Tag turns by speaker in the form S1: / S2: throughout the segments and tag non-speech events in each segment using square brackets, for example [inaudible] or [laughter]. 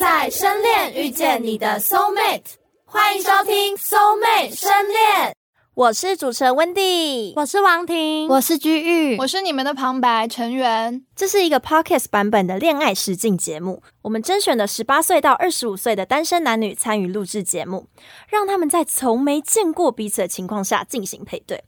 S1: 在深恋遇见你的 soul mate，欢迎收听 soul mate 深恋。我是主持人 Wendy，
S2: 我是王婷，
S3: 我是居玉，
S4: 我是你们的旁白成员。
S1: 这是一个 podcast 版本的恋爱实境节目，我们甄选了十八岁到二十五岁的单身男女参与录制节目，让他们在从没见过彼此的情况下进行配对。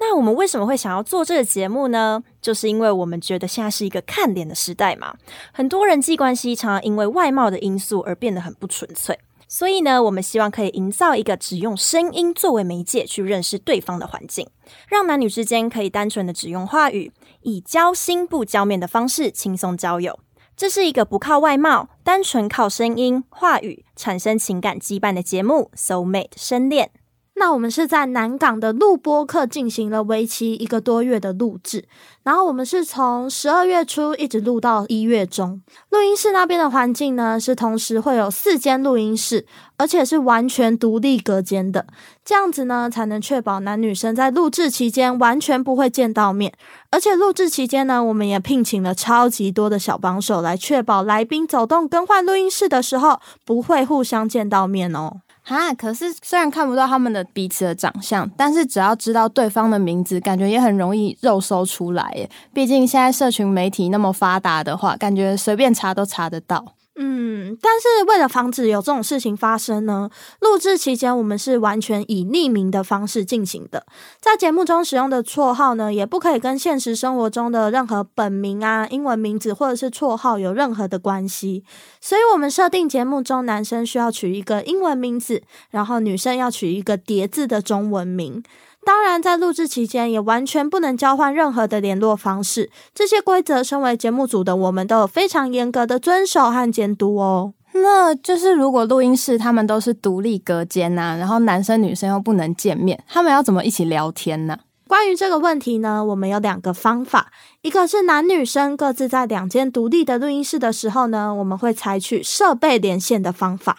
S1: 那我们为什么会想要做这个节目呢？就是因为我们觉得现在是一个看脸的时代嘛，很多人际关系常常因为外貌的因素而变得很不纯粹。所以呢，我们希望可以营造一个只用声音作为媒介去认识对方的环境，让男女之间可以单纯的只用话语，以交心不交面的方式轻松交友。这是一个不靠外貌，单纯靠声音、话语产生情感羁绊的节目《Soul Mate 深恋》。
S2: 那我们是在南港的录播课进行了为期一个多月的录制，然后我们是从十二月初一直录到一月中。录音室那边的环境呢，是同时会有四间录音室，而且是完全独立隔间的，这样子呢才能确保男女生在录制期间完全不会见到面。而且录制期间呢，我们也聘请了超级多的小帮手来确保来宾走动更换录音室的时候不会互相见到面哦。
S3: 哈，可是虽然看不到他们的彼此的长相，但是只要知道对方的名字，感觉也很容易肉搜出来耶。毕竟现在社群媒体那么发达的话，感觉随便查都查得到。
S2: 嗯，但是为了防止有这种事情发生呢，录制期间我们是完全以匿名的方式进行的。在节目中使用的绰号呢，也不可以跟现实生活中的任何本名啊、英文名字或者是绰号有任何的关系。所以，我们设定节目中男生需要取一个英文名字，然后女生要取一个叠字的中文名。当然，在录制期间也完全不能交换任何的联络方式，这些规则，身为节目组的我们都有非常严格的遵守和监督哦。
S3: 那就是如果录音室他们都是独立隔间呐、然后男生女生又不能见面，他们要怎么一起聊天呢、
S2: 关于这个问题呢，我们有两个方法，一个是男女生各自在两间独立的录音室的时候呢，我们会采取设备连线的方法；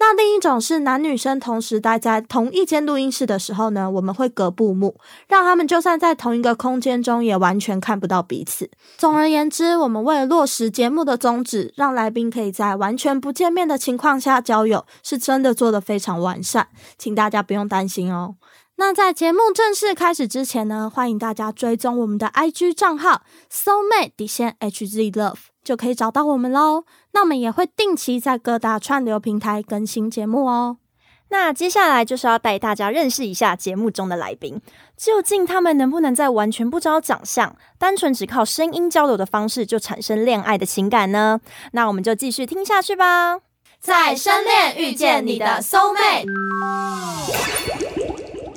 S2: 那另一种是男女生同时待在同一间录音室的时候呢，我们会隔布幕，让他们就算在同一个空间中也完全看不到彼此。总而言之，我们为了落实节目的宗旨，让来宾可以在完全不见面的情况下交友，是真的做得非常完善，请大家不用担心哦。那在节目正式开始之前呢，欢迎大家追踪我们的 IG 账号 soulmate 底线 hz love，就可以找到我们喽。那我们也会定期在各大串流平台更新节目哦。
S1: 那接下来就是要带大家认识一下节目中的来宾，究竟他们能不能在完全不知道长相、单纯只靠声音交流的方式就产生恋爱的情感呢？那我们就继续听下去吧。
S5: 在深恋遇见你的 soul mate。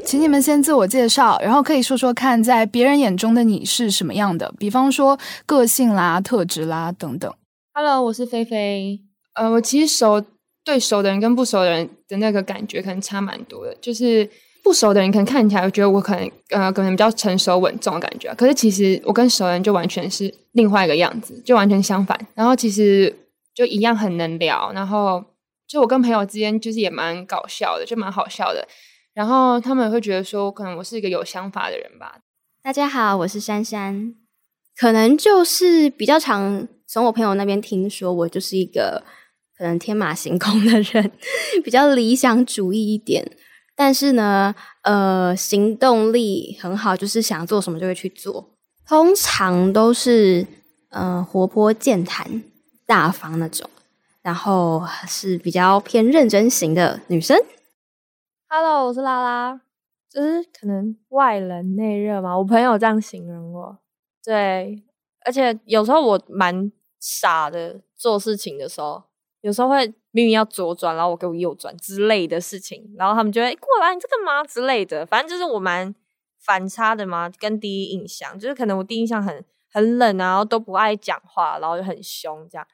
S4: 请你们先自我介绍，然后可以说说看，在别人眼中的你是什么样的，比方说个性啦、特质啦等等。
S6: Hello，我是菲菲。呃，我其实熟对熟的人跟不熟的人的那个感觉可能差蛮多的，就是不熟的人可能看起来会觉得我可能呃可能比较成熟稳重的感觉啊，可是其实我跟熟人就完全是另外一个样子，就完全相反。然后其实就一样很能聊，然后就我跟朋友之间就是也蛮搞笑的，就蛮好笑的。然后他们会觉得说，可能我是一个有想法的人吧，
S7: 大家好，我是珊珊。可能就是比较常从我朋友那边听说，我就是一个可能天马行空的人， [laughs] 比较理想主义一点。但是呢，呃，行动力很好，就是想做什么就会去做。通常都是呃活泼健谈、大方那种，然后是比较偏认真型的女生。
S8: Hello，我是拉拉，就是可能外冷内热嘛，我朋友这样形容我。对，而且有时候我蛮傻的，做事情的时候，有时候会明明要左转，然后我给我右转之类的事情，然后他们就会、欸过来，你这干嘛之类的。反正就是我蛮反差的嘛，跟第一印象，就是可能我第一印象很很冷啊，然后都不爱讲话，然后就很凶这样。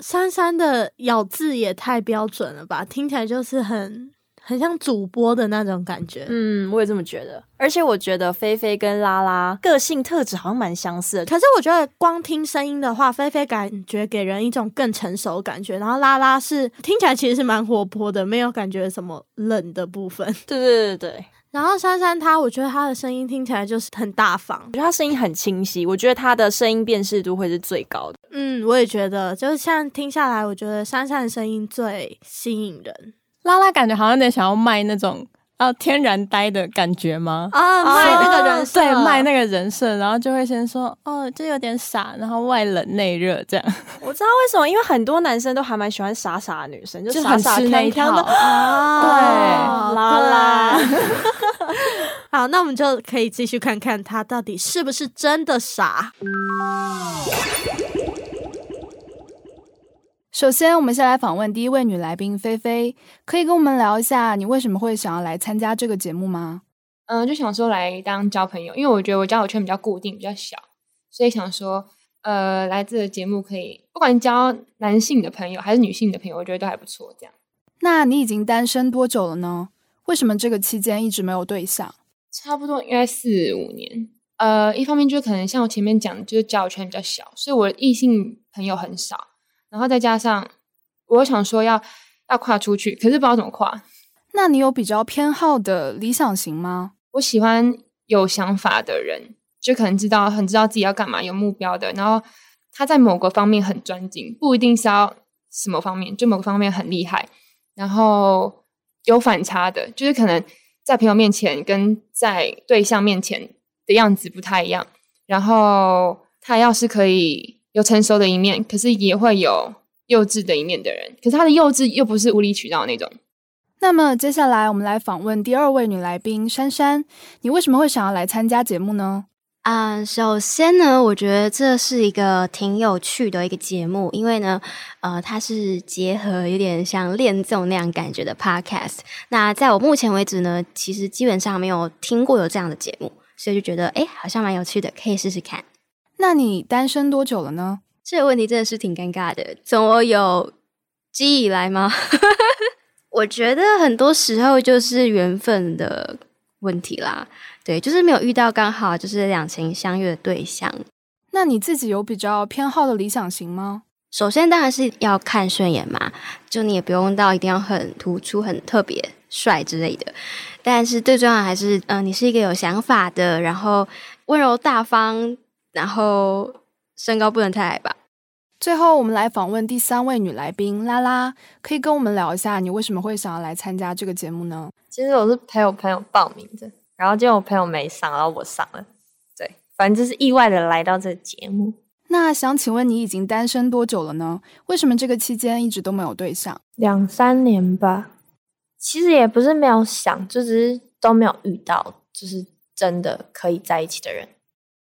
S2: 珊珊的咬字也太标准了吧，听起来就是很很像主播的那种感觉。
S1: 嗯，我也这么觉得。而且我觉得菲菲跟拉拉个性特质好像蛮相似的。
S2: 可是我觉得光听声音的话，菲菲感觉给人一种更成熟的感觉，然后拉拉是听起来其实是蛮活泼的，没有感觉什么冷的部分。
S1: 对对对对，
S2: 然后珊珊她，我觉得她的声音听起来就是很大方
S1: 我。觉得他声音很清晰，我觉得他的声音辨识度会是最高的。
S2: 嗯，我也觉得，就是像听下来，我觉得珊珊的声音最吸引人
S3: 拉拉感觉好像有点想要卖那种啊天然呆的感觉吗？
S2: 啊，
S1: 哦
S2: 卖那个人设，
S3: 对，卖那个人设，然后就会先说哦，就有点傻，然后外冷内热这样，
S1: [laughs] 我知道为什么，因为很多男生都还蛮喜欢傻傻的女生，就
S3: 就
S1: 傻
S3: 很
S1: 傻
S3: 吃那
S1: 看
S3: 一
S1: 一看
S3: 套
S1: 的。
S2: 啊
S1: 对拉拉。
S2: [laughs] 好，那我们就可以继续看看他到底是不是真的傻。
S4: 首先，我们先来访问第一位女来宾菲菲，可以跟我们聊一下你为什么会想要来参加这个节目吗？
S6: 嗯，就想说来当交朋友，因为我觉得我交友圈比较固定，比较小，所以想说，呃，来这个节目可以不管交男性的朋友还是女性的朋友，我觉得都还不错。这样，
S4: 那你已经单身多久了呢？为什么这个期间一直没有对象？
S6: 差不多应该四五年。呃，一方面就可能像我前面讲的，就是交友圈比较小，所以我异性朋友很少，然后再加上我想说要要跨出去，可是不知道怎么跨。
S4: 那你有比较偏好的理想型吗？
S6: 我喜欢有想法的人，就可能知道很知道自己要干嘛，有目标的。然后他在某个方面很专精，不一定是要什么方面，就某个方面很厉害。然后有反差的，就是可能在朋友面前跟在对象面前的样子不太一样。然后他要是可以有成熟的一面，可是也会有幼稚的一面的人。可是他的幼稚又不是无理取闹那种。
S4: 那么接下来我们来访问第二位女来宾珊珊，你为什么会想要来参加节目呢？
S7: 啊、首先呢，我觉得这是一个挺有趣的一个节目，因为呢，呃，它是结合有点像恋综那样感觉的 podcast。那在我目前为止呢，其实基本上没有听过有这样的节目，所以就觉得哎，诶好像蛮有趣的，可以试试看。
S4: 那你单身多久了呢？
S7: 这个问题真的是挺尴尬的。从我有记忆以来吗？ [laughs] 我觉得很多时候就是缘分的问题啦，对，就是没有遇到刚好就是两情相悦的对象。
S4: 那你自己有比较偏好的理想型吗？
S7: 首先当然是要看顺眼嘛，就你也不用到一定要很突出、很特别、帅之类的。但是最重要的还是，嗯、你是一个有想法的，然后温柔大方，然后身高不能太矮吧。
S4: 最后，我们来访问第三位女来宾拉拉，可以跟我们聊一下你为什么会想要来参加这个节目呢？
S8: 其实我是陪我朋友报名的，然后结果我朋友没上，然后我上了。对，反正就是意外的来到这个节目。
S4: 那想请问你已经单身多久了呢？为什么这个期间一直都没有对象？
S8: 两三年吧。其实也不是没有想，就只是都没有遇到，就是真的可以在一起的人，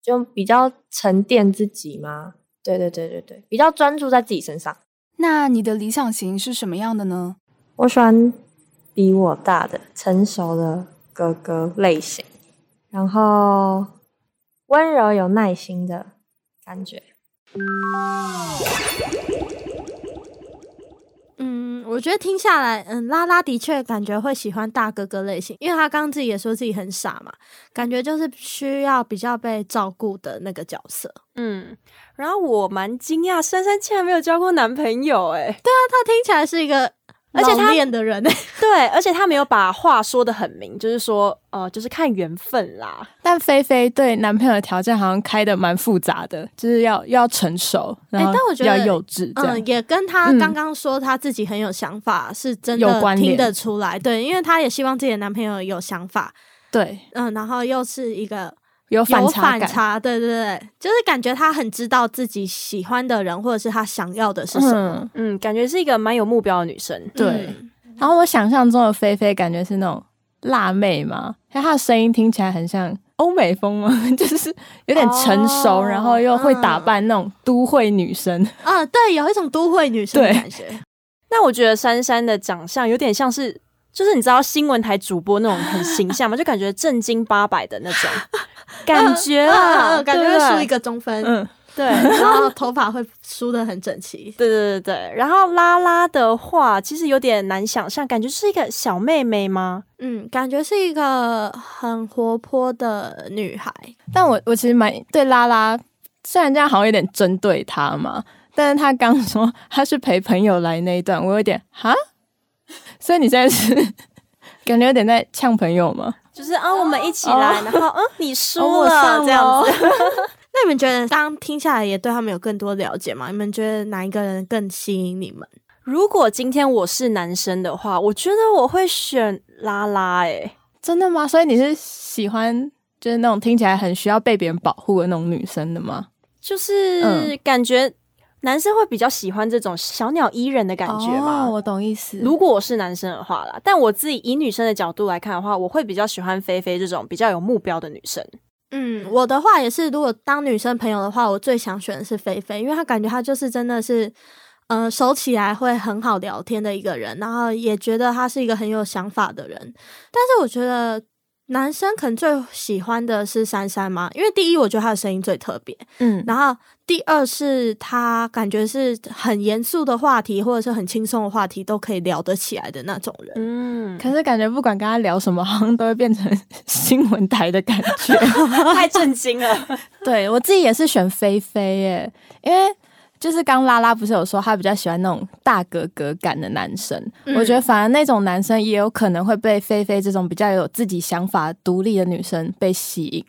S8: 就比较沉淀自己嘛。对对对对对，比较专注在自己身上。
S4: 那你的理想型是什么样的呢？
S8: 我喜欢比我大的、成熟的哥哥类型，然后温柔有耐心的感觉。
S2: 嗯，我觉得听下来，嗯，拉拉的确感觉会喜欢大哥哥类型，因为他刚刚自己也说自己很傻嘛，感觉就是需要比较被照顾的那个角色。
S1: 嗯，然后我蛮惊讶，珊珊竟然没有交过男朋友哎、对
S2: 那他啊听起来是一个
S1: 而且他
S2: 老练的人，欸
S1: 对，而且她没有把话说的很明，就是说呃，就是看缘分啦。
S3: 但菲菲对男朋友的条件好像开的蛮复杂的，就是要又要成熟，然后
S2: 哎但我觉得
S3: 要幼稚这样。
S2: 嗯，也跟他
S3: 嗯
S2: 刚刚说他自己很有想法、是真
S3: 有
S2: 的
S3: 关
S2: 听
S3: 联
S2: 得出来，对，因为他也希望自己的男朋友有想法，
S3: 对，
S2: 嗯，然后又是一个
S3: 有反
S2: 有
S3: 差
S2: 反
S3: 感。
S2: 差，对对对，就是感觉他很知道自己喜欢的人或者是他想要的是什么，嗯
S3: 嗯，
S1: 嗯，感觉是一个蛮有目标的女生。
S3: 对。然后我想象中的菲菲感觉是那种辣妹嘛，因为她的声音听起来很像欧美风嘛， [laughs] 就是有点成熟，
S1: 哦
S3: 然后又会打扮那种都会女生。
S2: 嗯，对，有一种都会女生的
S3: 对
S2: 感觉，
S1: 那我觉得珊珊的长相有点像是，就是你知道新闻台主播那种很形象嘛，就感觉正经八百的那
S2: [laughs]
S1: 种感觉啦，
S2: 嗯嗯感觉
S1: 对不
S2: 会输
S1: 对
S2: 一。个中分，
S3: 嗯，
S2: 对，然
S1: [laughs]
S2: 后头发会梳的很整齐，
S1: 对对对对，然后拉拉的话，其实有点难想象，感觉是一个小妹妹吗？
S2: 嗯，感觉是一个很活泼的女孩，
S3: 但我我其实蛮对拉拉，虽然这样好像有点针对她嘛，但是她刚说她是陪朋友来那一段， [laughs] 我有点哈，所以你现在是感觉有点在呛朋友吗？
S1: 就是啊，我们一起
S7: 哦
S1: 来，然后嗯，你输
S2: 我
S1: 了
S2: 上
S1: 这样 [laughs] 子。
S2: 那你们觉得刚听下来也对他们有更多了解吗？你们觉得哪一个人更吸引你们？
S1: 如果今天我是男生的话，我觉得我会选拉拉、欸，哎，
S3: 真的吗？所以你是喜欢就是那种听起来很需要被别人保护的那种女生的吗？
S1: 就是
S3: 嗯
S1: 感觉男生会比较喜欢这种小鸟依人的感觉嘛。
S3: 哦我懂意思。
S1: 如果我是男生的话啦，但我自己以女生的角度来看的话，我会比较喜欢菲菲这种比较有目标的女生。
S2: 嗯，我的话也是，如果当女生朋友的话，我最想选的是菲菲，因为她感觉她就是真的是，呃，熟起来会很好聊天的一个人，然后也觉得她是一个很有想法的人。但是我觉得男生可能最喜欢的是珊珊嘛，因为第一，我觉得她的声音最特别，
S3: 嗯，
S2: 然后啊第二是她感觉是很严肃的话题或者是很轻松的话题都可以聊得起来的那种人。
S1: 嗯，
S3: 可是感觉不管跟他聊什么，好像都会变成新闻台的
S1: [laughs]
S3: 感觉。
S1: 嗯
S2: [laughs]
S1: 太震惊了。
S3: 对我自己也是选菲菲
S1: 欸
S3: 耶，因为就是刚拉拉不是有说她比较喜欢那种大格格感的男生，
S1: 嗯
S3: 我觉得反而那种男生也有可能会被菲菲这种比较有自己想法、独立的女生被吸引。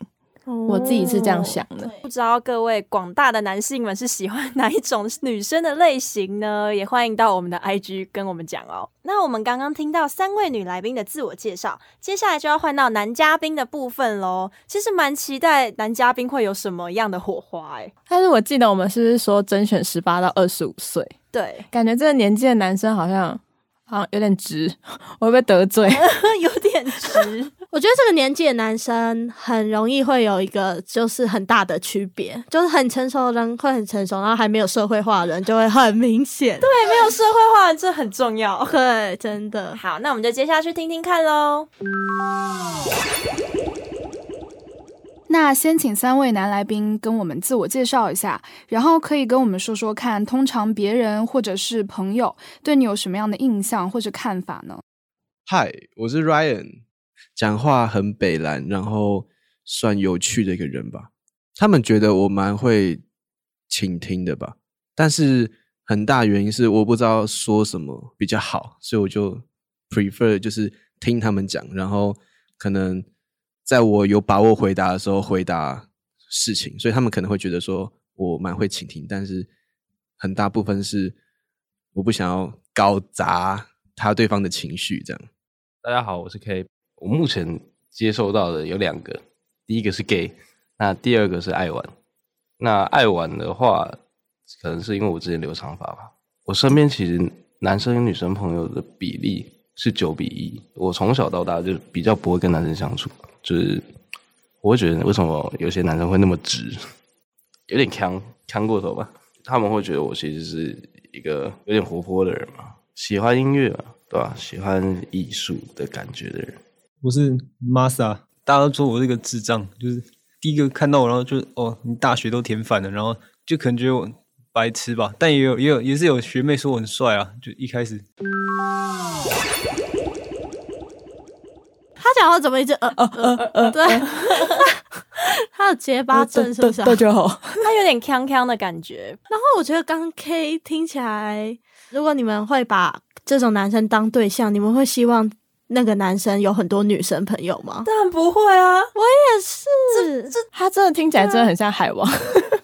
S2: 哦
S3: 我自己是这样想的。
S1: 不知道各位广大的男性们是喜欢哪一种女生的类型呢？也欢迎到我们的 IG 跟我们讲哦。那我们刚刚听到三位女来宾的自我介绍，接下来就要换到男嘉宾的部分喽。其实蛮期待男嘉宾会有什么样的火花哎、
S3: 但是我记得我们是不是说甄选十八到二十五岁？
S1: 对，
S3: 感觉这个年纪的男生好像好像有点直， [laughs] 我会不会得罪？
S1: 有点直。
S2: 我觉得这个年纪的男生很容易会有一个就是很大的区别，就是很成熟的人会很成熟，然后还没有社会化的人就会很明显。对
S1: 对，没有社会化这很重要。
S2: 对，真的。
S1: 好，那我们就接下去听听看喽。
S4: 那先请三位男来宾跟我们自我介绍一下，然后可以跟我们说说看，通常别人或者是朋友对你有什么样的印象或者看法呢？
S9: 嗨，我是 Ryan，讲话很北蓝，然后算有趣的一个人吧。他们觉得我蛮会倾听的吧，但是很大原因是我不知道说什么比较好，所以我就 prefer 就是听他们讲，然后可能在我有把握回答的时候回答事情，所以他们可能会觉得说我蛮会倾听，但是很大部分是我不想要搞砸他对方的情绪这样。
S10: 大家好，我是 K。我目前接收到的有两个，第一个是 gay，那第二个是爱玩。那爱玩的话，可能是因为我之前留长发吧。我身边其实男生跟女生朋友的比例是九比一。我从小到大就比较不会跟男生相处，就是我会觉得为什么有些男生会那么直，有点强强过头吧？他们会觉得我其实是一个有点活泼的人嘛，喜欢音乐嘛，对吧、喜欢艺术的感觉的人。
S11: 我是 Masa，大家都说我是个智障，就是第一个看到我，然后就哦，你大学都填反了，然后就可能觉得我白痴吧，但也有也有也是有学妹说我很帅啊，就一开始
S2: 他讲话怎么一直呃呃呃呃？对， [laughs] 他有结巴症是不是啊、
S3: 大家好，
S1: 他有点康康的感觉，
S2: 然后我觉得刚 K 听起来，如果你们会把这种男生当对象，你们会希望那个男生有很多女生朋友吗？
S1: 但不会啊。
S2: 也是，
S3: [laughs] 他真的听起来真的很像海王。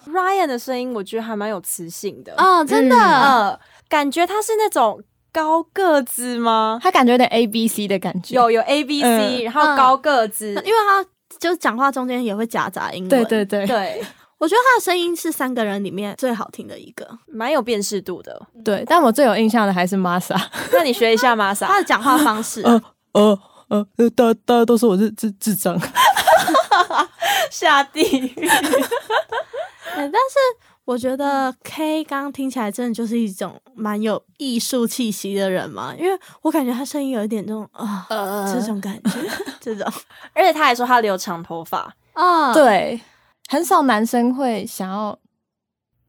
S1: Ryan 的声音我觉得还蛮有磁性的，
S3: [laughs]
S2: 哦，真的，
S3: 嗯
S1: 呃，感觉他是那种高个子吗？
S3: 他感觉有点 A B C 的感觉。
S1: 有有 A B C，、
S3: 嗯
S1: 然后高个子，
S2: 因为他就讲话中间也会夹杂英文。
S3: 对对对
S1: 对，
S2: [laughs] 我觉得他的声音是三个人里面最好听的一个，
S1: 蛮有辨识度的。 [laughs]
S3: 对，但我最有印象的还是 Masa。
S1: 那你学一下 Masa，
S2: 他的讲话方式。
S3: 呃呃呃，呃大大家都说我是智
S1: [laughs]
S3: 智障。
S1: [laughs] 嗯下
S2: [laughs]
S1: 地狱。
S2: 对但是我觉得 K 刚刚听起来真的就是一种蛮有艺术气息的人嘛，因为我感觉他声音有一点这种啊、这种感
S1: [laughs]
S2: 觉，这种
S1: 呃而且他还说他留长头发，
S2: 啊，
S3: 对，哦很少男生会想要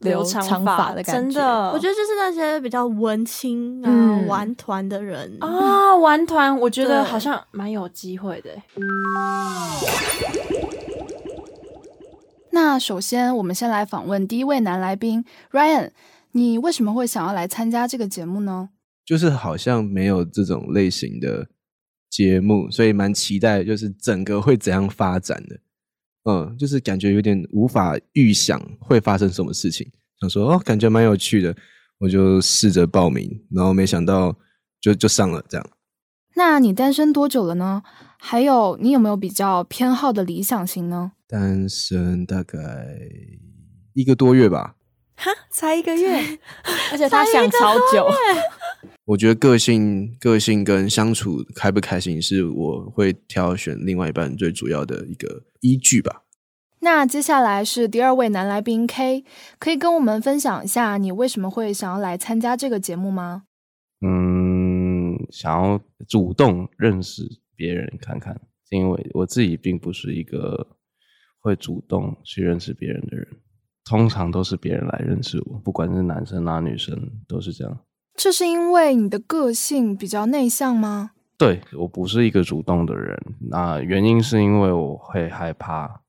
S3: 留
S1: 长
S3: 长发的感觉。
S1: 真的，
S2: 我觉得就是那些比较文青啊、
S3: 嗯
S2: 玩团的人 [laughs]
S1: 啊， [laughs] 玩团我觉得
S2: 对
S1: 好像蛮有机会的欸。
S4: 那首先，我们先来访问第一位男来宾 Ryan，你为什么会想要来参加这个节目呢？
S9: 就是好像没有这种类型的节目，所以蛮期待就是整个会怎样发展的。嗯，就是感觉有点无法预想会发生什么事情，想说哦，感觉蛮有趣的，我就试着报名，然后没想到就就上了这样。
S4: 那你单身多久了呢？还有，你有没有比较偏好的理想型呢？
S9: 单身大概一个多月吧，
S1: 哈，才一个月，
S3: 而且他想超久，
S9: 我觉得个性、个性跟相处开不开心是我会挑选另外一半最主要的一个依据吧。
S4: 那接下来是第二位男来宾 K，可以跟我们分享一下你为什么会想要来参加这个节目吗？
S10: 嗯，想要主动认识别人看看，是因为我自己并不是一个会主动去认识别人的人，通常都是别人来认识我，不管是男生啊女生都是这样。
S4: 这是因为你的个性比较内向吗？
S10: 对我不是一个主动的人，那原因是因为我会害怕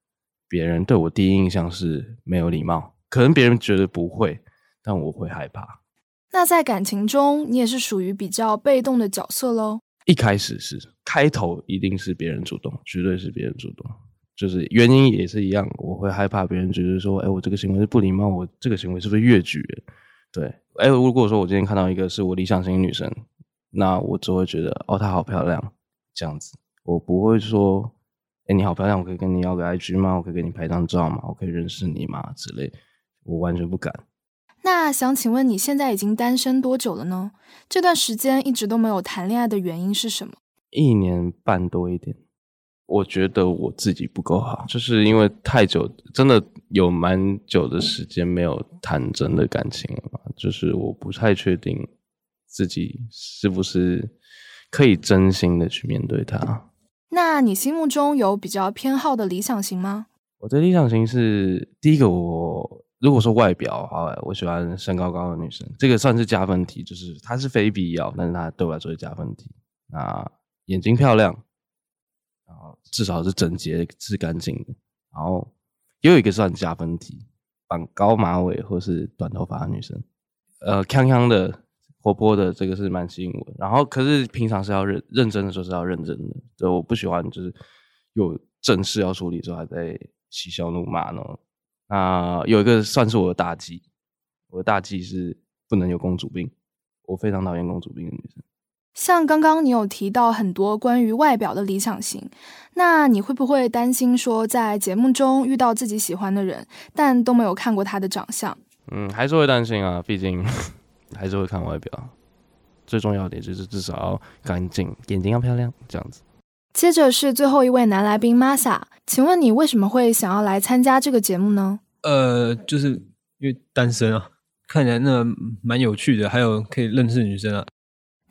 S10: 别人对我第一印象是没有礼貌，可能别人觉得不会，但我会害怕。
S4: 那在感情中，你也是属于比较被动的角色喽。
S10: 一开始是开头一定是别人主动，绝对是别人主动，就是原因也是一样，我会害怕别人觉得说，哎，我这个行为是不礼貌，我这个行为是不是越矩了？对，哎，如果说我今天看到一个是我理想型的女生，那我只会觉得，哦，她好漂亮，这样子，我不会说，哎，你好漂亮，我可以跟你要个 IG 吗？我可以给你拍张照吗？我可以认识你吗？之类，我完全不敢。
S4: 那想请问你现在已经单身多久了呢？这段时间一直都没有谈恋爱的原因是什么？
S10: 一年半多一点，我觉得我自己不够好，就是因为太久，真的有蛮久的时间没有谈真的感情了嘛，就是我不太确定自己是不是可以真心的去面对它。
S4: 那你心目中有比较偏好的理想型吗？
S10: 我的理想型是第一个我。如果说外表的话，我喜欢身高高的女生，这个算是加分题，就是她是非必要，但是她对我来说是加分题。那眼睛漂亮，然后至少是整洁、是干净的，然后也有一个算加分题，绑高马尾或是短头发的女生，呃，康康的、活泼的，这个是蛮吸引我的。然后可是平常是要认认真的时候是要认真的，对，我不喜欢就是有正事要处理之后还在嬉笑怒骂那种。那、呃、有一个算是我的大忌，我的大忌是不能有公主病，我非常讨厌公主病的女生。
S4: 像刚刚你有提到很多关于外表的理想型，那你会不会担心说在节目中遇到自己喜欢的人，但都没有看过他的长相？
S10: 嗯，还是会担心啊，毕竟 [laughs] 还是会看外表。最重要的就是至少要干净，眼睛要漂亮，这样子。
S4: 接着是最后一位男来宾 Masa，请问你为什么会想要来参加这个节目呢？
S11: 呃，就是因为单身啊，看起来那蛮有趣的，还有可以认识女生啊。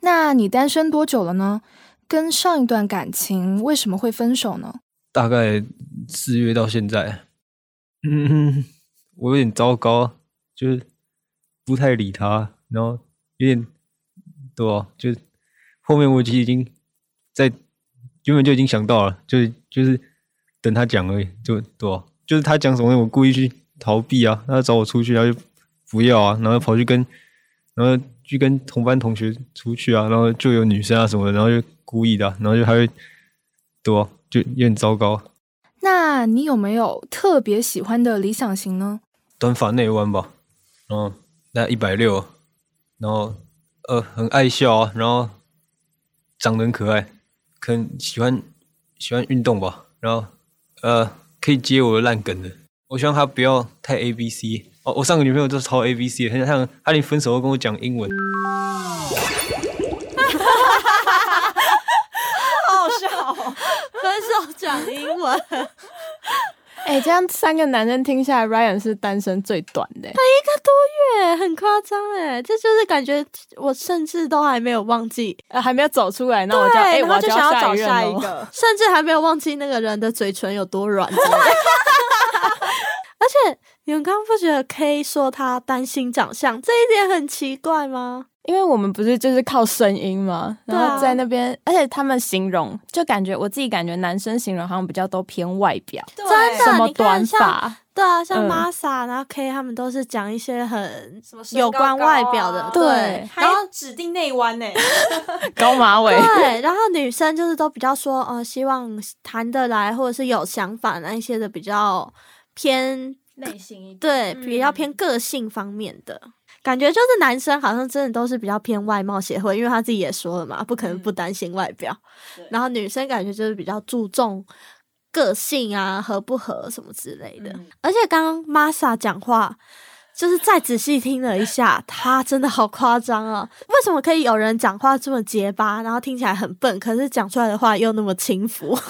S4: 那你单身多久了呢？跟上一段感情为什么会分手呢？
S11: 大概四月到现在，嗯，我有点糟糕，就是不太理他，然后有点对吧、啊？就后面我其实已经在。原本就已经想到了，就是就是等他讲而已，就对、啊，就是他讲什么我故意去逃避啊，他找我出去，他就不要啊，然后跑去跟，然后去跟同班同学出去啊，然后就有女生啊什么的，然后就故意的、啊，然后就还会对、啊，就有点糟糕。
S4: 那你有没有特别喜欢的理想型呢？
S11: 短发内弯吧，然后大概一百六，然后呃很爱笑啊，然后长得很可爱。可能喜欢喜欢运动吧，然后呃，可以接我的烂梗的。我希望他不要太 A B C 哦。我上个女朋友就是超 A B C，很像他连分手都跟我讲英文，
S1: 好笑、哦， [laughs] 分手讲英文。
S3: 哎、欸，这样三个男人听下来，Ryan 是单身最短的、欸。
S1: 他一个多月，很夸张哎，这就是感觉我甚至都还没有忘记，
S3: 呃，还没有走出来，那我就哎、欸，
S1: 然后就想要找
S3: 下
S1: 一个， [laughs] 甚至还没有忘记那个人的嘴唇有多软。 [laughs] 而且你们刚刚不觉得 K 说他担心长相这一点很奇怪吗？
S3: 因为我们不是就是靠声音嘛，然后在那边，啊、而且他们形容就感觉我自己感觉男生形容好像比较都偏外表，
S1: 真的
S3: 什么短发，
S2: 对啊，像
S1: 嗯
S2: Masa、然后 K 他们都是讲一些很
S1: 什么身
S2: 有
S1: 高
S2: 关
S1: 高
S2: 外表的，
S1: 啊
S2: 对，
S1: 还
S2: 然后
S1: 指定内弯呢、
S3: [laughs] 高马
S1: [laughs]
S3: 尾，
S2: 对，然后女生就是都比较说，呃，希望谈得来或者是有想法那一些的比较偏
S1: 内心
S7: [laughs]
S1: 一点
S2: 对，比较偏个性方面的。感觉就是男生好像真的都是比较偏外貌协会，因为他自己也说了嘛，不可能不担心外表。然后女生感觉就是比较注重个性啊、合不合什么之类的。而且刚刚 Masa 讲话，就是再仔细听了一下，他真的好夸张哦！为什么可以有人讲话这么结巴，然后听起来很笨，可是讲出来的话又那么轻浮？ [laughs]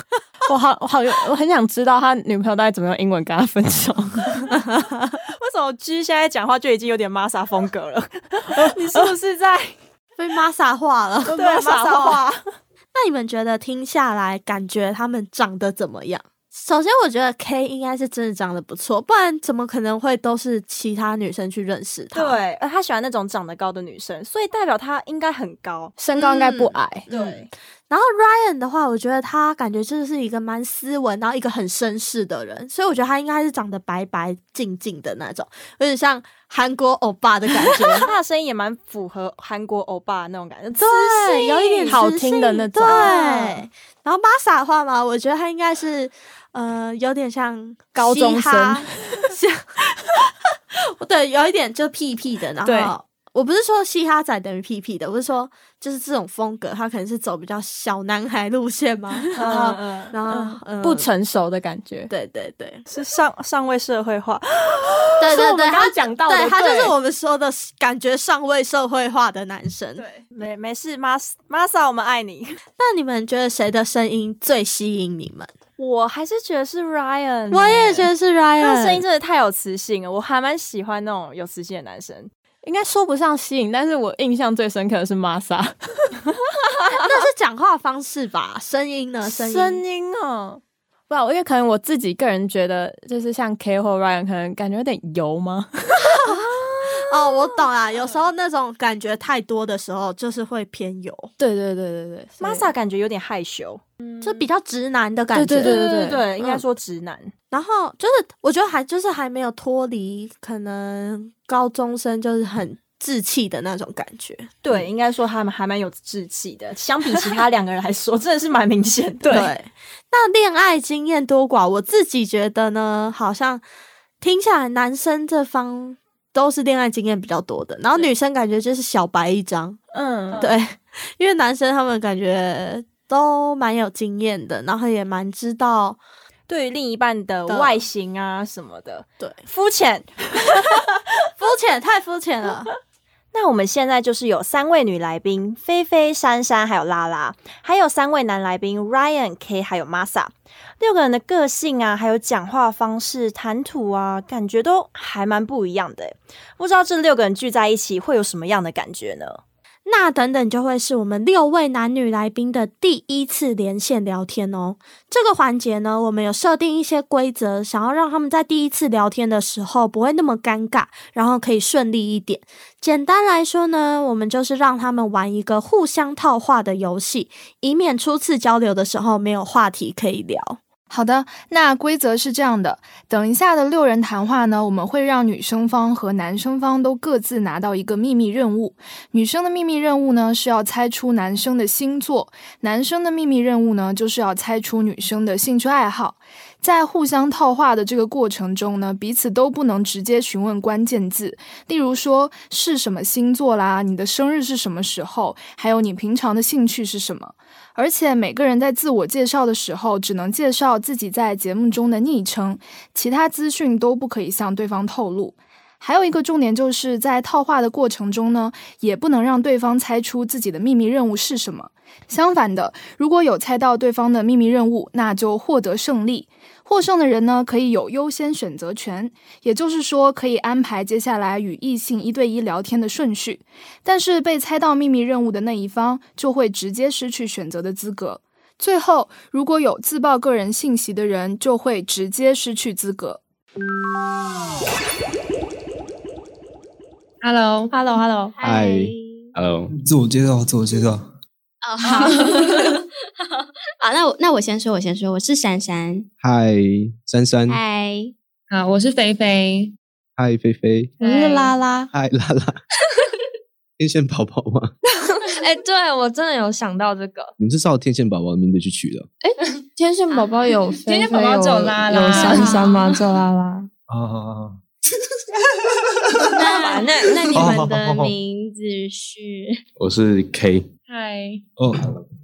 S3: 我好我好有，我很想知道他女朋友到底怎么用英文跟他分手。
S1: 为什么 G 现在讲话就已经有点 Masa 风格了？ [laughs] 你是不是在
S2: 被 Masa 化了？
S1: 对 Masa [laughs] 化？
S2: 那你们觉得听下来，感觉他们长得怎么样？首先，我觉得 K 应该是真的长得不错，不然怎么可能会都是其他女生去认识他？
S1: [laughs] 对，呃，他喜欢那种长得高的女生，所以代表他应该很高，
S3: 身高应该不矮。
S1: 嗯对，
S2: 然后 Ryan 的话，我觉得他感觉就是一个蛮斯文，然后一个很绅士的人，所以我觉得他应该是长得白白净净的那种，有点像韩国欧巴的感觉。
S1: [laughs] 他的声音也蛮符合韩国欧巴那种感觉，
S2: 对，有一点
S1: 磁性
S2: 磁性对，然后 Masa 的话嘛，我觉得他应该是呃，有点像
S3: 高中生
S2: 嘻哈，像对，有一点就屁屁的，然
S3: 对
S2: 后。我不是说嘻哈仔等于屁屁的，我是说就是这种风格，他可能是走比较小男孩路线嘛， [laughs] 然后
S1: 嗯
S2: 然后、嗯
S3: 不成熟的感觉，
S2: 对对对
S1: 是上上位社会化，
S2: [gasps] 对
S1: 是
S2: 对
S1: 我们
S2: 对，
S1: 刚
S2: 他
S1: 刚讲到的
S2: 对他就是
S1: 对
S2: 我们说的感觉上位社会化的男生。对，
S1: 没没事，Mas Masa，我们爱你。
S2: 那你们觉得谁的声音最吸引你
S1: [laughs]
S2: 们？
S1: 我还是觉得是 Ryan，
S2: 我也觉
S1: 得
S2: 得是
S1: 他
S2: Ryan，
S1: 的声音真的太有磁性了，我还蛮喜欢那种有磁性的男生。
S3: 应该说不上吸引，但是我印象最深刻的是 Masa
S2: 那 [laughs] 是讲话方式吧？声音呢？声音
S3: 声音哦。不然我，因为可能我自己个人觉得，就是像 K 或 Ryan，可能感觉有点油吗？
S2: 哦，我懂啦。有时候那种感觉太多的时候，就是会偏油，
S3: 对对对对对
S1: Masa 感觉有点害羞，
S2: 就嗯比较直男的感觉。
S3: 对对对对
S1: 对对，应该
S2: 嗯
S1: 说直男。
S2: 然后就是，我觉得还就是还没有脱离可能高中生就是很稚气的那种感觉。嗯
S1: 对，应该说他们还蛮有志气的，相比其他两个人来
S2: [laughs]
S1: 说，真的是蛮明显的。
S2: 那恋爱经验多寡，我自己觉得呢，好像听下来男生这方都是恋爱经验比较多的，然后女生感觉就是小白一张。
S1: 嗯，
S2: 对，因为男生他们感觉都蛮有经验的，然后也蛮知道。
S1: 对于另一半的
S2: 的
S1: 外形啊什么的，
S2: 对，
S1: 肤浅。
S2: [laughs] 肤浅太肤浅了。
S1: [laughs] 那我们现在就是有三位女来宾，菲菲、珊珊还有拉拉，还有三位男来宾 Ryan、K 还有 Masa，六个人的个性啊，还有讲话方式、谈吐啊，感觉都还蛮不一样的欸。不知道这六个人聚在一起会有什么样的感觉呢？
S2: 那等等就会是我们六位男女来宾的第一次连线聊天哦。这个环节呢，我们有设定一些规则，想要让他们在第一次聊天的时候不会那么尴尬，然后可以顺利一点。简单来说呢，我们就是让他们玩一个互相套话的游戏，以免初次交流的时候没有话题可以聊。
S4: 好的，啊那规则是这样的：等一下的六人谈话呢，我们会让女生方和男生方都各自拿到一个秘密任务。女生的秘密任务呢是要猜出男生的星座，男生的秘密任务呢就是要猜出女生的兴趣爱好。在互相套话的这个过程中呢，彼此都不能直接询问关键字，例如说是什么星座啦，你的生日是什么时候，还有你平常的兴趣是什么。而且每个人在自我介绍的时候，只能介绍自己在节目中的昵称，其他资讯都不可以向对方透露。还有一个重点就是在套话的过程中呢，也不能让对方猜出自己的秘密任务是什么。相反的，如果有猜到对方的秘密任务，那就获得胜利。获胜的人呢，可以有优先选择权，也就是说，可以安排接下来与异性一对一聊天的顺序。但是被猜到秘密任务的那一方就会直接失去选择的资格。最后，如果有自曝个人信息的人，就会直接失去资格。
S8: Hello，Hello，Hello，
S12: 嗨，Hello，
S11: 自我介绍，自我介绍。
S7: 哦，好， [laughs] 好，那我那我先说，我先说，我是珊珊，
S9: 嗨，珊珊，
S7: 嗨，
S6: 啊，我是菲菲，
S9: 嗨，菲菲，
S8: 嗯
S2: 我是拉拉，
S9: [laughs] 嗨，拉
S8: [laughs]
S9: 拉，天线宝宝吗？
S8: 哎、对我真的有想到这个，
S9: 你们是照天线宝宝的名字去取的哦
S8: 哎天线宝宝有菲菲，
S6: 天线宝宝只有拉拉
S8: 有珊珊吗？只有拉拉。
S11: 啊啊啊啊！
S7: [laughs]
S8: 那那那你
S11: 哦好好
S8: 们
S11: 好好
S8: 的
S11: 好
S8: 名字
S7: 嗯
S8: 是
S10: 我是 K，
S6: 嗨
S11: 哦，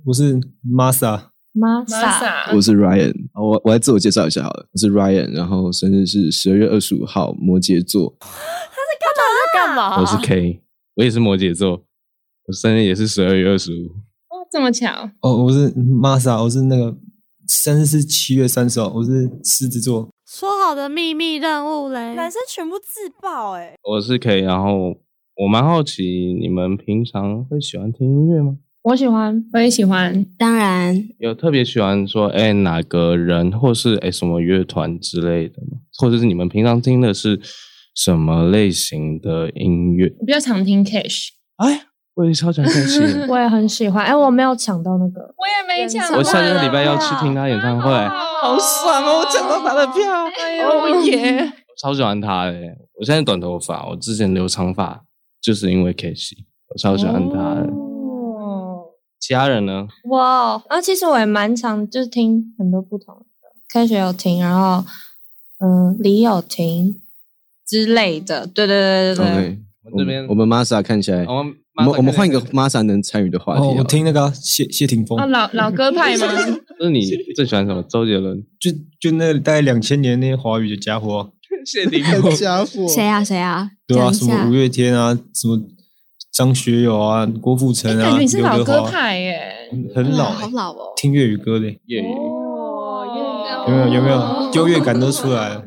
S11: 我是 Masa，
S8: 嗯 Masa？
S9: 我是 Ryan，好我我来自我介绍一下好了，我是 Ryan，然后生日是十二月二十五号，摩羯座，
S8: 干嘛？
S10: 我是 K，我也是摩羯座，我生日也是十二月二十五。
S6: 哦，这么巧，
S11: 哦，我是 Masa，我是那个生日是七月三十号，我是狮子座。
S2: 说好的秘密任务嘞，
S1: 男生全部自爆哎、
S10: 我是 K，然后我蛮好奇你们平常会喜欢听音乐吗？
S6: 我喜欢，我也喜欢，
S7: 当然，
S10: 有特别喜欢说哎、哪个人或是哎、什么乐团之类的吗？或者是你们平常听的是什么类型的音乐？
S6: 我比较常听 Cash，
S10: 哎，我也超想看戏，
S8: 我也很喜欢，哎、我没有抢到那个，
S6: 我也没抢到，
S10: 我上个礼拜要去听他演唱会，
S6: 好爽哦，我抢到他的票，哎呦耶！
S10: 我超喜欢他的。欸我现在短头发，我之前留长发就是因为 K C，我超喜欢他的。
S6: 哦，
S10: 其他人呢？
S8: 哇、哦！然后其实我也蛮常就是听很多不同的，开学有听，然后嗯、呃李友廷之类的，对对对对对。
S9: OK，
S10: 我
S9: 我
S10: 这边
S9: 们我们 Masa 看起来，
S10: 我们
S9: 我们我们换一个
S10: Masa 看起
S9: Masa 能参与的话题
S11: 哦，
S9: 好
S11: 我
S9: 了，
S11: 听那个啊谢谢霆锋
S6: 啊，，老老 [laughs] 歌派吗？
S10: 就是你最喜欢什么？周杰伦、
S11: 就就那大概两千年那些华语的家伙啊、
S10: 谢霆
S9: 好家伙，
S7: 谁啊谁啊？
S11: 对啊，
S7: 讲一
S11: 什
S7: 下
S11: 么五月天啊，什么张学友啊，郭富城
S6: 哎感
S11: 啊，
S6: 觉你是老
S11: 刘德
S6: 歌
S11: 华，
S6: 派耶，
S11: 很
S7: 哇
S11: 老、
S7: 好
S11: 欸，
S7: 老哦。
S11: 听粤语歌的欸、
S10: 粤语？
S6: 哦
S11: 有没有？有没有优
S10: [laughs]
S11: 越感都出来了？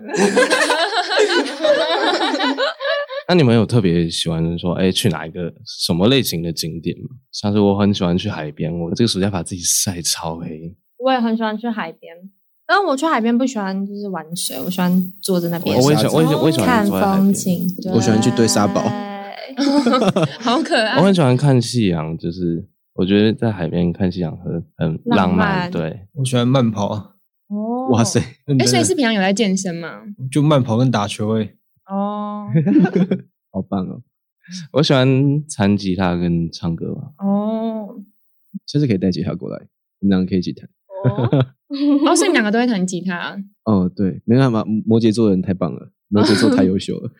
S10: 那你们有特别喜欢说，哎、去哪一个什么类型的景点吗？像是我很喜欢去海边，我这个暑假把自己晒超黑，
S8: 我也很喜欢去海边，但我去海边不喜欢就是玩水，我喜欢坐在那边
S10: 我我也喜欢，我也喜欢我也喜欢
S8: 看
S10: 坐在海
S8: 风
S10: 边，
S8: 景。对
S9: 我喜欢去堆沙堡。
S6: 好可爱
S10: 我。很喜欢看夕阳，就是我觉得在海边看夕阳很很
S8: 浪
S10: 浪
S8: 漫
S10: 对，
S11: 我喜欢慢跑啊，
S8: 哦
S9: 哇塞，
S11: 认
S6: 哎，
S11: 真
S6: 所以是
S11: 的
S6: 平常有在健身吗？
S11: 就慢跑跟打球欸诶、
S6: 哦
S9: 好棒哦，
S10: 我喜欢弹吉他跟唱歌吧。
S6: 哦
S9: 下次可以带吉他过来，我们两个可以一起弹。
S6: [laughs] 哦，所以你们两个都会弹吉他，
S9: [laughs] 哦，对，没办法，摩羯座的人太棒了，摩羯座太优秀
S7: [laughs]
S9: 了。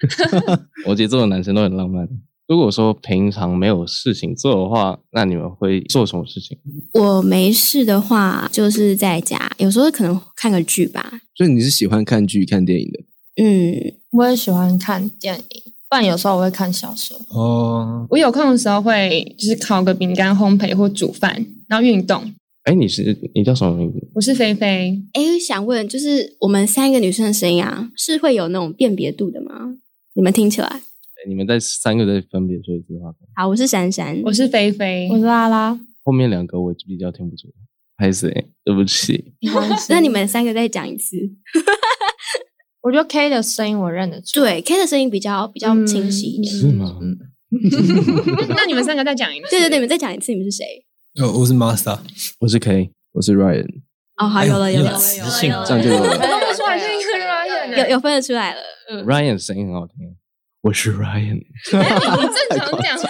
S10: 摩羯座的男生都很浪漫。如果说平常没有事情做的话，那你们会做什么事情？
S7: 我没事的话，就是在家，有时候可能看个剧吧。
S9: 所以你是喜欢看剧、看电影的？
S7: 嗯，
S8: 我也喜欢看电影，不然有时候我会看小说。
S11: 哦，
S6: 我有空的时候会就是烤个饼干、烘焙或煮饭，然后运动。
S10: 哎，你是你叫什么名字？
S6: 我是菲菲，
S7: 哎，想问，就是我们三个女生的声音啊，是会有那种辨别度的吗？你们听起来？
S10: 哎你们在三个在分别说一句话。
S7: 好，我是闪闪，
S6: 我是菲菲
S8: 我，是拉拉，
S10: 后面两个我比较听不出来，还是对不起。
S6: [laughs]
S7: 那你们三个再讲一次。
S8: 我觉得 K 的声音我认得出，
S7: 对，K 的声音比较比较
S6: 嗯
S7: 清晰一点。
S10: 是吗？
S9: 嗯
S6: [laughs] 那你们三个再讲一次。
S7: 对对对，你们再讲一次，你们是谁？
S11: 呃，我是 Masa，
S10: 我是 K，
S9: 我是 Ryan，
S7: 哦，好，
S11: 哎呦
S7: 有了
S11: 有
S7: 有
S11: 了
S7: 了，
S11: 磁
S7: 有了
S11: 性
S7: 有了
S9: 这样就有了
S6: 我都不出来是一个人啊
S7: 有有分得出来了。嗯，
S10: Ryan 声音很好听。啊我是
S7: [laughs]
S10: Ryan，
S6: 正
S9: 啊
S6: 常讲话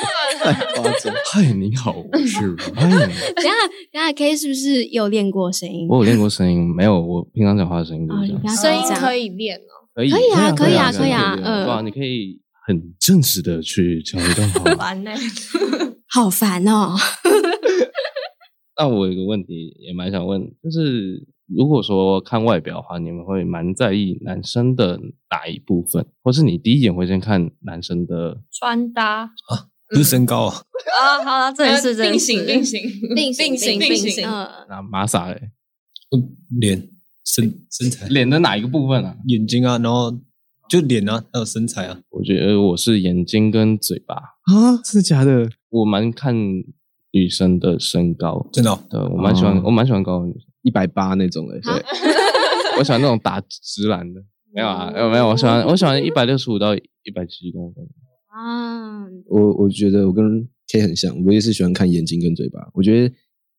S6: 啦。
S9: 夸张。
S10: 嗨，你好，我是 Ryan。
S7: [laughs] 等一下等一下，K 是不是有练过声音？
S10: 我有练过声音，没有，我平常讲话的声音就是
S7: 哦
S10: 这
S7: 你
S10: 样
S7: 不。要
S8: 声音
S7: 这样
S8: 可以练哦。
S10: 可以，
S7: 可以啊可以啊可以啊嗯
S10: 对啊，你可以很正式的去讲一段话。
S8: 完呢、
S7: 哦
S6: 欸
S7: [laughs] 好烦哦。
S10: 那我有个问题也蛮想问，就是如果说看外表的话，你们会蛮在意男生的哪一部分，或是你第一眼会先看男生的
S8: 穿搭
S11: 不是身高啊，
S8: 啊，
S7: 哦
S8: 好了，这也是
S6: 并行并行
S7: 并
S6: 并行
S7: 并
S6: 行
S7: 嗯，
S10: 那玛莎嘞？
S11: 嗯脸、身身材、
S10: 脸的哪一个部分啊？
S11: 眼睛啊，然后就脸啊，还有身材啊。
S10: 我觉得我是眼睛跟嘴巴，
S9: 啊，真的假的？
S10: 我蛮看女生的身高，
S11: 真的哦
S10: 对我蛮喜欢，
S9: 哦
S10: 我蛮喜欢高的女生，
S9: 一百八那种嘞，对，
S10: [laughs] 我喜欢那种打直男的。没有啊，呃没有，我喜欢我喜欢一百六十五到一百七十公分。
S7: 啊，
S9: 我我觉得我跟 K 很像，我也是喜欢看眼睛跟嘴巴。我觉得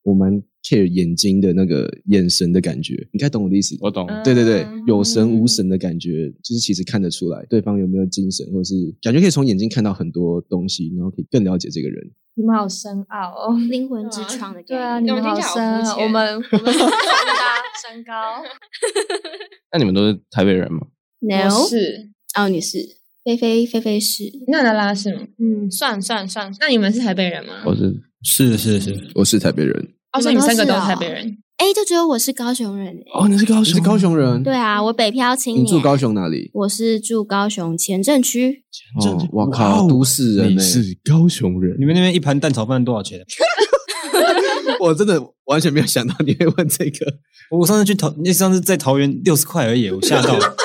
S9: 我蛮 care 眼睛的那个眼神的感觉，你应该懂我的意思。
S12: 我懂
S9: 对对对，有神无神的感觉，就是其实看得出来对方有没有精神，或者是感觉可以从眼睛看到很多东西，然后可以更了解这个人。
S8: 你们好深奥哦，
S7: 灵魂之窗的概念。
S8: 对啊，
S7: 你
S8: 你
S7: 们
S8: 们
S7: 听
S8: 好
S7: 起
S8: 深
S7: 来好肤
S8: 啊，
S7: 浅
S8: 我
S7: [laughs]
S8: 们我们身高身高，
S12: 那你们都是台北人吗？
S7: No，
S6: 我是
S7: 哦，你是菲菲，菲菲是
S6: 娜娜拉是吗？嗯，算算算，那你们是台北人吗？
S12: 我是
S9: 是是是，我是台北人。
S6: 哦，所以你们三个都是台北人。
S7: 哎，就只有我是高雄人哎。
S9: 哦，你是高雄，是高雄人。
S7: 对啊，我北漂青
S9: 你
S7: 年。
S9: 住高雄哪里？
S7: 我是住高雄前镇区，
S9: 哦，我靠，都市人欸
S12: 你
S9: 呢？
S12: 是高雄人，
S11: 你们那边一盘蛋炒饭多少钱？
S9: [laughs] 我真的完全没有想到你会问这个。
S11: 我上次去桃，那上次在桃园六十块而已，我吓到
S9: [laughs]
S11: 了。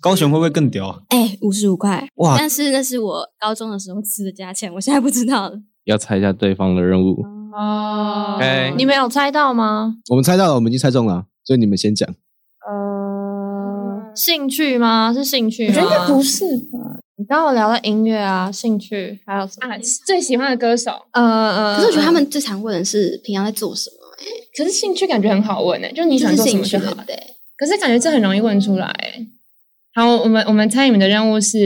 S11: 高雄会不会更屌啊？
S7: 哎，五十五块
S11: 哇
S7: 但是那是我高中的时候吃的价钱，我现在不知道了。
S12: 要猜一下对方的任务。
S6: [laughs]
S8: 哦
S10: 哎
S12: OK
S8: 你们有猜到吗？
S9: 我们猜到了，我们已经猜中了，所以你们先讲。
S8: 呃，兴趣吗？是兴趣吗？
S6: 是吧？
S8: 你刚我聊到音乐啊，兴趣还有什么？
S6: 啊，最喜欢的歌手。
S8: 呃呃，
S7: 可是我觉得他
S8: 们
S7: 们最常问的是平常在做什么，
S6: 可是兴趣感觉很好问诶、欸就是你喜
S7: 这
S6: 欢
S7: 是
S6: 做什
S7: 兴
S6: 么
S7: 趣
S6: 就
S7: 对
S6: 好
S7: 不。对？
S6: 可是感觉这很容易问出来、欸。好，我们我们猜你们的任务是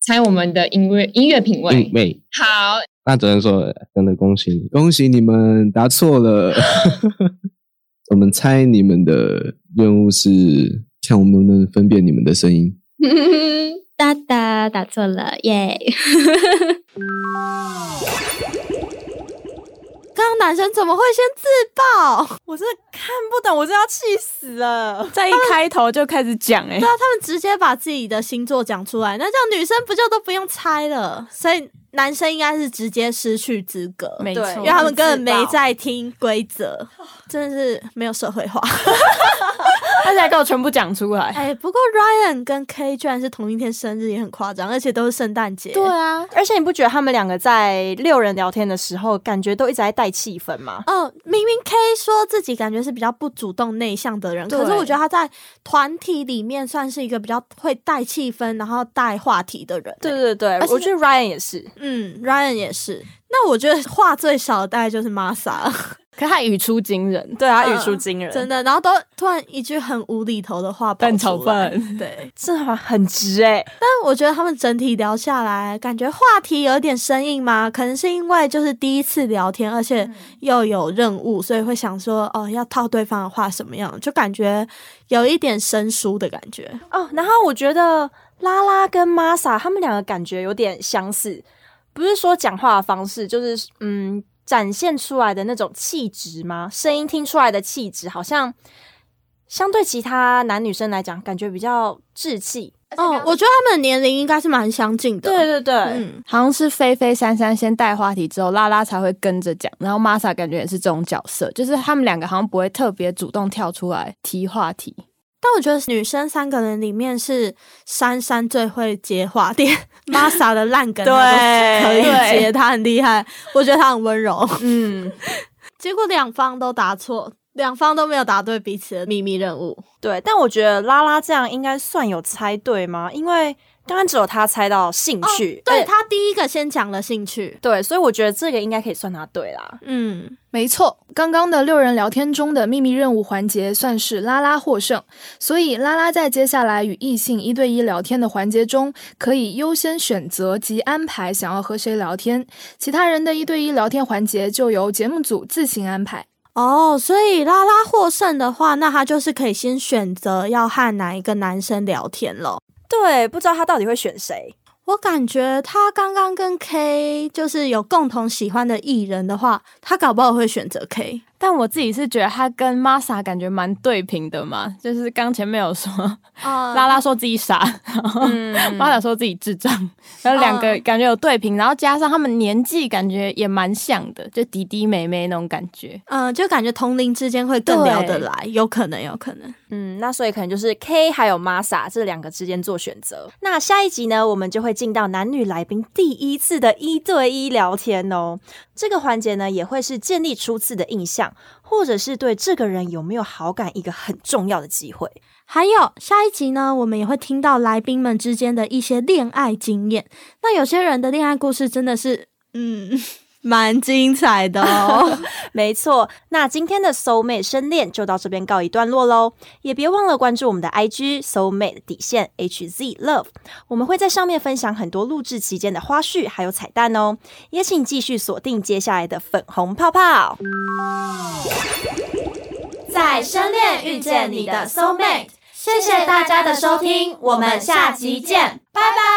S6: 猜我们的音乐音乐品
S12: 嗯，
S6: 味。
S12: 妹，
S6: 好，
S12: 那只能说真的恭喜你。
S9: 恭喜你们答错了。 [laughs] 我们猜你们的任务是看我们能不能分辨你们的声音。
S7: 哒哒打错了耶！
S2: 刚刚男生怎么会先自爆？
S1: 我真的看不懂，我真的要气死了。
S13: 在一开头就开始讲哎、
S2: 对啊，他们直接把自己的星座讲出来，那这样女生不就都不用猜了？所以男生应该是直接失去资格，
S13: 没
S1: 对
S13: 错，
S1: 因
S2: 因为他们根本没在听规则，真的是没有社会
S3: [laughs]
S2: 化。
S13: 他才给我全部讲出来。
S2: 哎，不过 Ryan 跟 K 居然是同一天生日，也很夸张，而且都是圣诞节。
S13: 对啊，
S1: 而且你不觉得他们两个在六人聊天的时候，感觉都一直在带气氛吗？
S2: 嗯，明明 K 说自己感觉是比较不主动内向的人，
S1: 对
S2: 可是我觉得他在团体里面算是一个比较会带气氛，然后带话题的人。欸
S1: 对，对对
S2: 而，且
S1: 我觉得 Ryan 也是。
S2: 嗯，Ryan 也是。那我觉得话最少的大概就是 [laughs] Masa，啊
S13: 可他语出惊人，
S1: 对他语出惊人，
S2: 真的。然后都突然一句很无厘头的话，
S13: 蛋炒饭。
S2: 对，
S1: [laughs] 这好像很直哎、
S2: 但我觉得他们整体聊下来，感觉话题有点生硬嘛，可能是因为就是第一次聊天，而
S13: 嗯
S2: 且又有任务，所以会想说哦，要套对方的话什么样，就感觉有一点生疏的感觉。
S1: 哦。然后我觉得拉拉跟 Masa 他们两个感觉有点相似，不是说讲话的方式，就是嗯，展现出来的那种气质吗？声音听出来的气质，好像相对其他男女生来讲，感觉比较稚气。
S2: 哦，我觉得他们的年龄应该是蛮相近的。
S1: 对对对，
S2: 嗯，
S3: 好像是菲菲、珊珊先带话题，之后拉拉才会跟着讲，然后玛莎感觉也是这种角色，就是他们两个好像不会特别主动跳出来提话题。
S2: 但我觉得女生三个人里面是珊珊最会接话，连 [laughs] Masa 的烂梗她都可以
S13: 对
S2: 接，她很厉害，我觉得她很温柔。
S13: 嗯，
S2: 结果两方都答错，两方都没有答对彼此的秘密任务。
S1: 对，但我觉得拉拉这样应该算有猜对吗？因为刚刚只有他猜到兴趣，
S2: 哦对
S1: 而且
S2: 他第一个先讲了兴趣，
S1: 对，所以我觉得这个应该可以算他对啦。
S2: 嗯，
S4: 没错，刚刚的六人聊天中的秘密任务环节算是拉拉获胜，所以拉拉在接下来与异性一对一聊天的环节中，可以优先选择及安排想要和谁聊天，其他人的一对一聊天环节就由节目组自行安排。
S2: 哦，所以拉拉获胜的话，那他就是可以先选择要和哪一个男生聊天了。
S1: 对，不知道他到底会选谁。
S2: 我感觉他刚刚跟 K 就是有共同喜欢的艺人的话，他搞不好会选择 K。
S3: 但我自己是觉得他跟玛莎感觉蛮对平的嘛，就是刚前面有说、
S2: 啊
S3: 拉拉说自己傻，然后玛莎、说自己智障，然后两个
S2: 嗯
S3: 感觉有对平，然后加上他们年纪感觉也蛮像的，就弟弟妹妹那种感觉。
S2: 嗯、就感觉同龄之间会更
S3: 对
S2: 聊得来，有可能，有可能。
S1: 嗯，那所以可能就是 K 还有 Masa 这两个之间做选择。那下一集呢，我们就会进到男女来宾第一次的一对一聊天哦。这个环节呢，也会是建立初次的印象，或者是对这个人有没有好感一个很重要的机会。
S2: 还有下一集呢，我们也会听到来宾们之间的一些恋爱经验。那有些人的恋爱故事真的是，嗯， [laughs]
S8: 蛮精彩的哦。
S2: 没错，那今天的 Soul Mate 深恋就到这边告一段落喽，也别忘了关注我们的 IG Soul Mate 底线 HZ Love，我们会在上面分享很多录制期间的花絮还有彩蛋哦，也请继续锁定接下来的粉红泡泡。
S3: 在深恋遇见你的 soul mate。谢谢大家的收听，我们下集见，拜拜。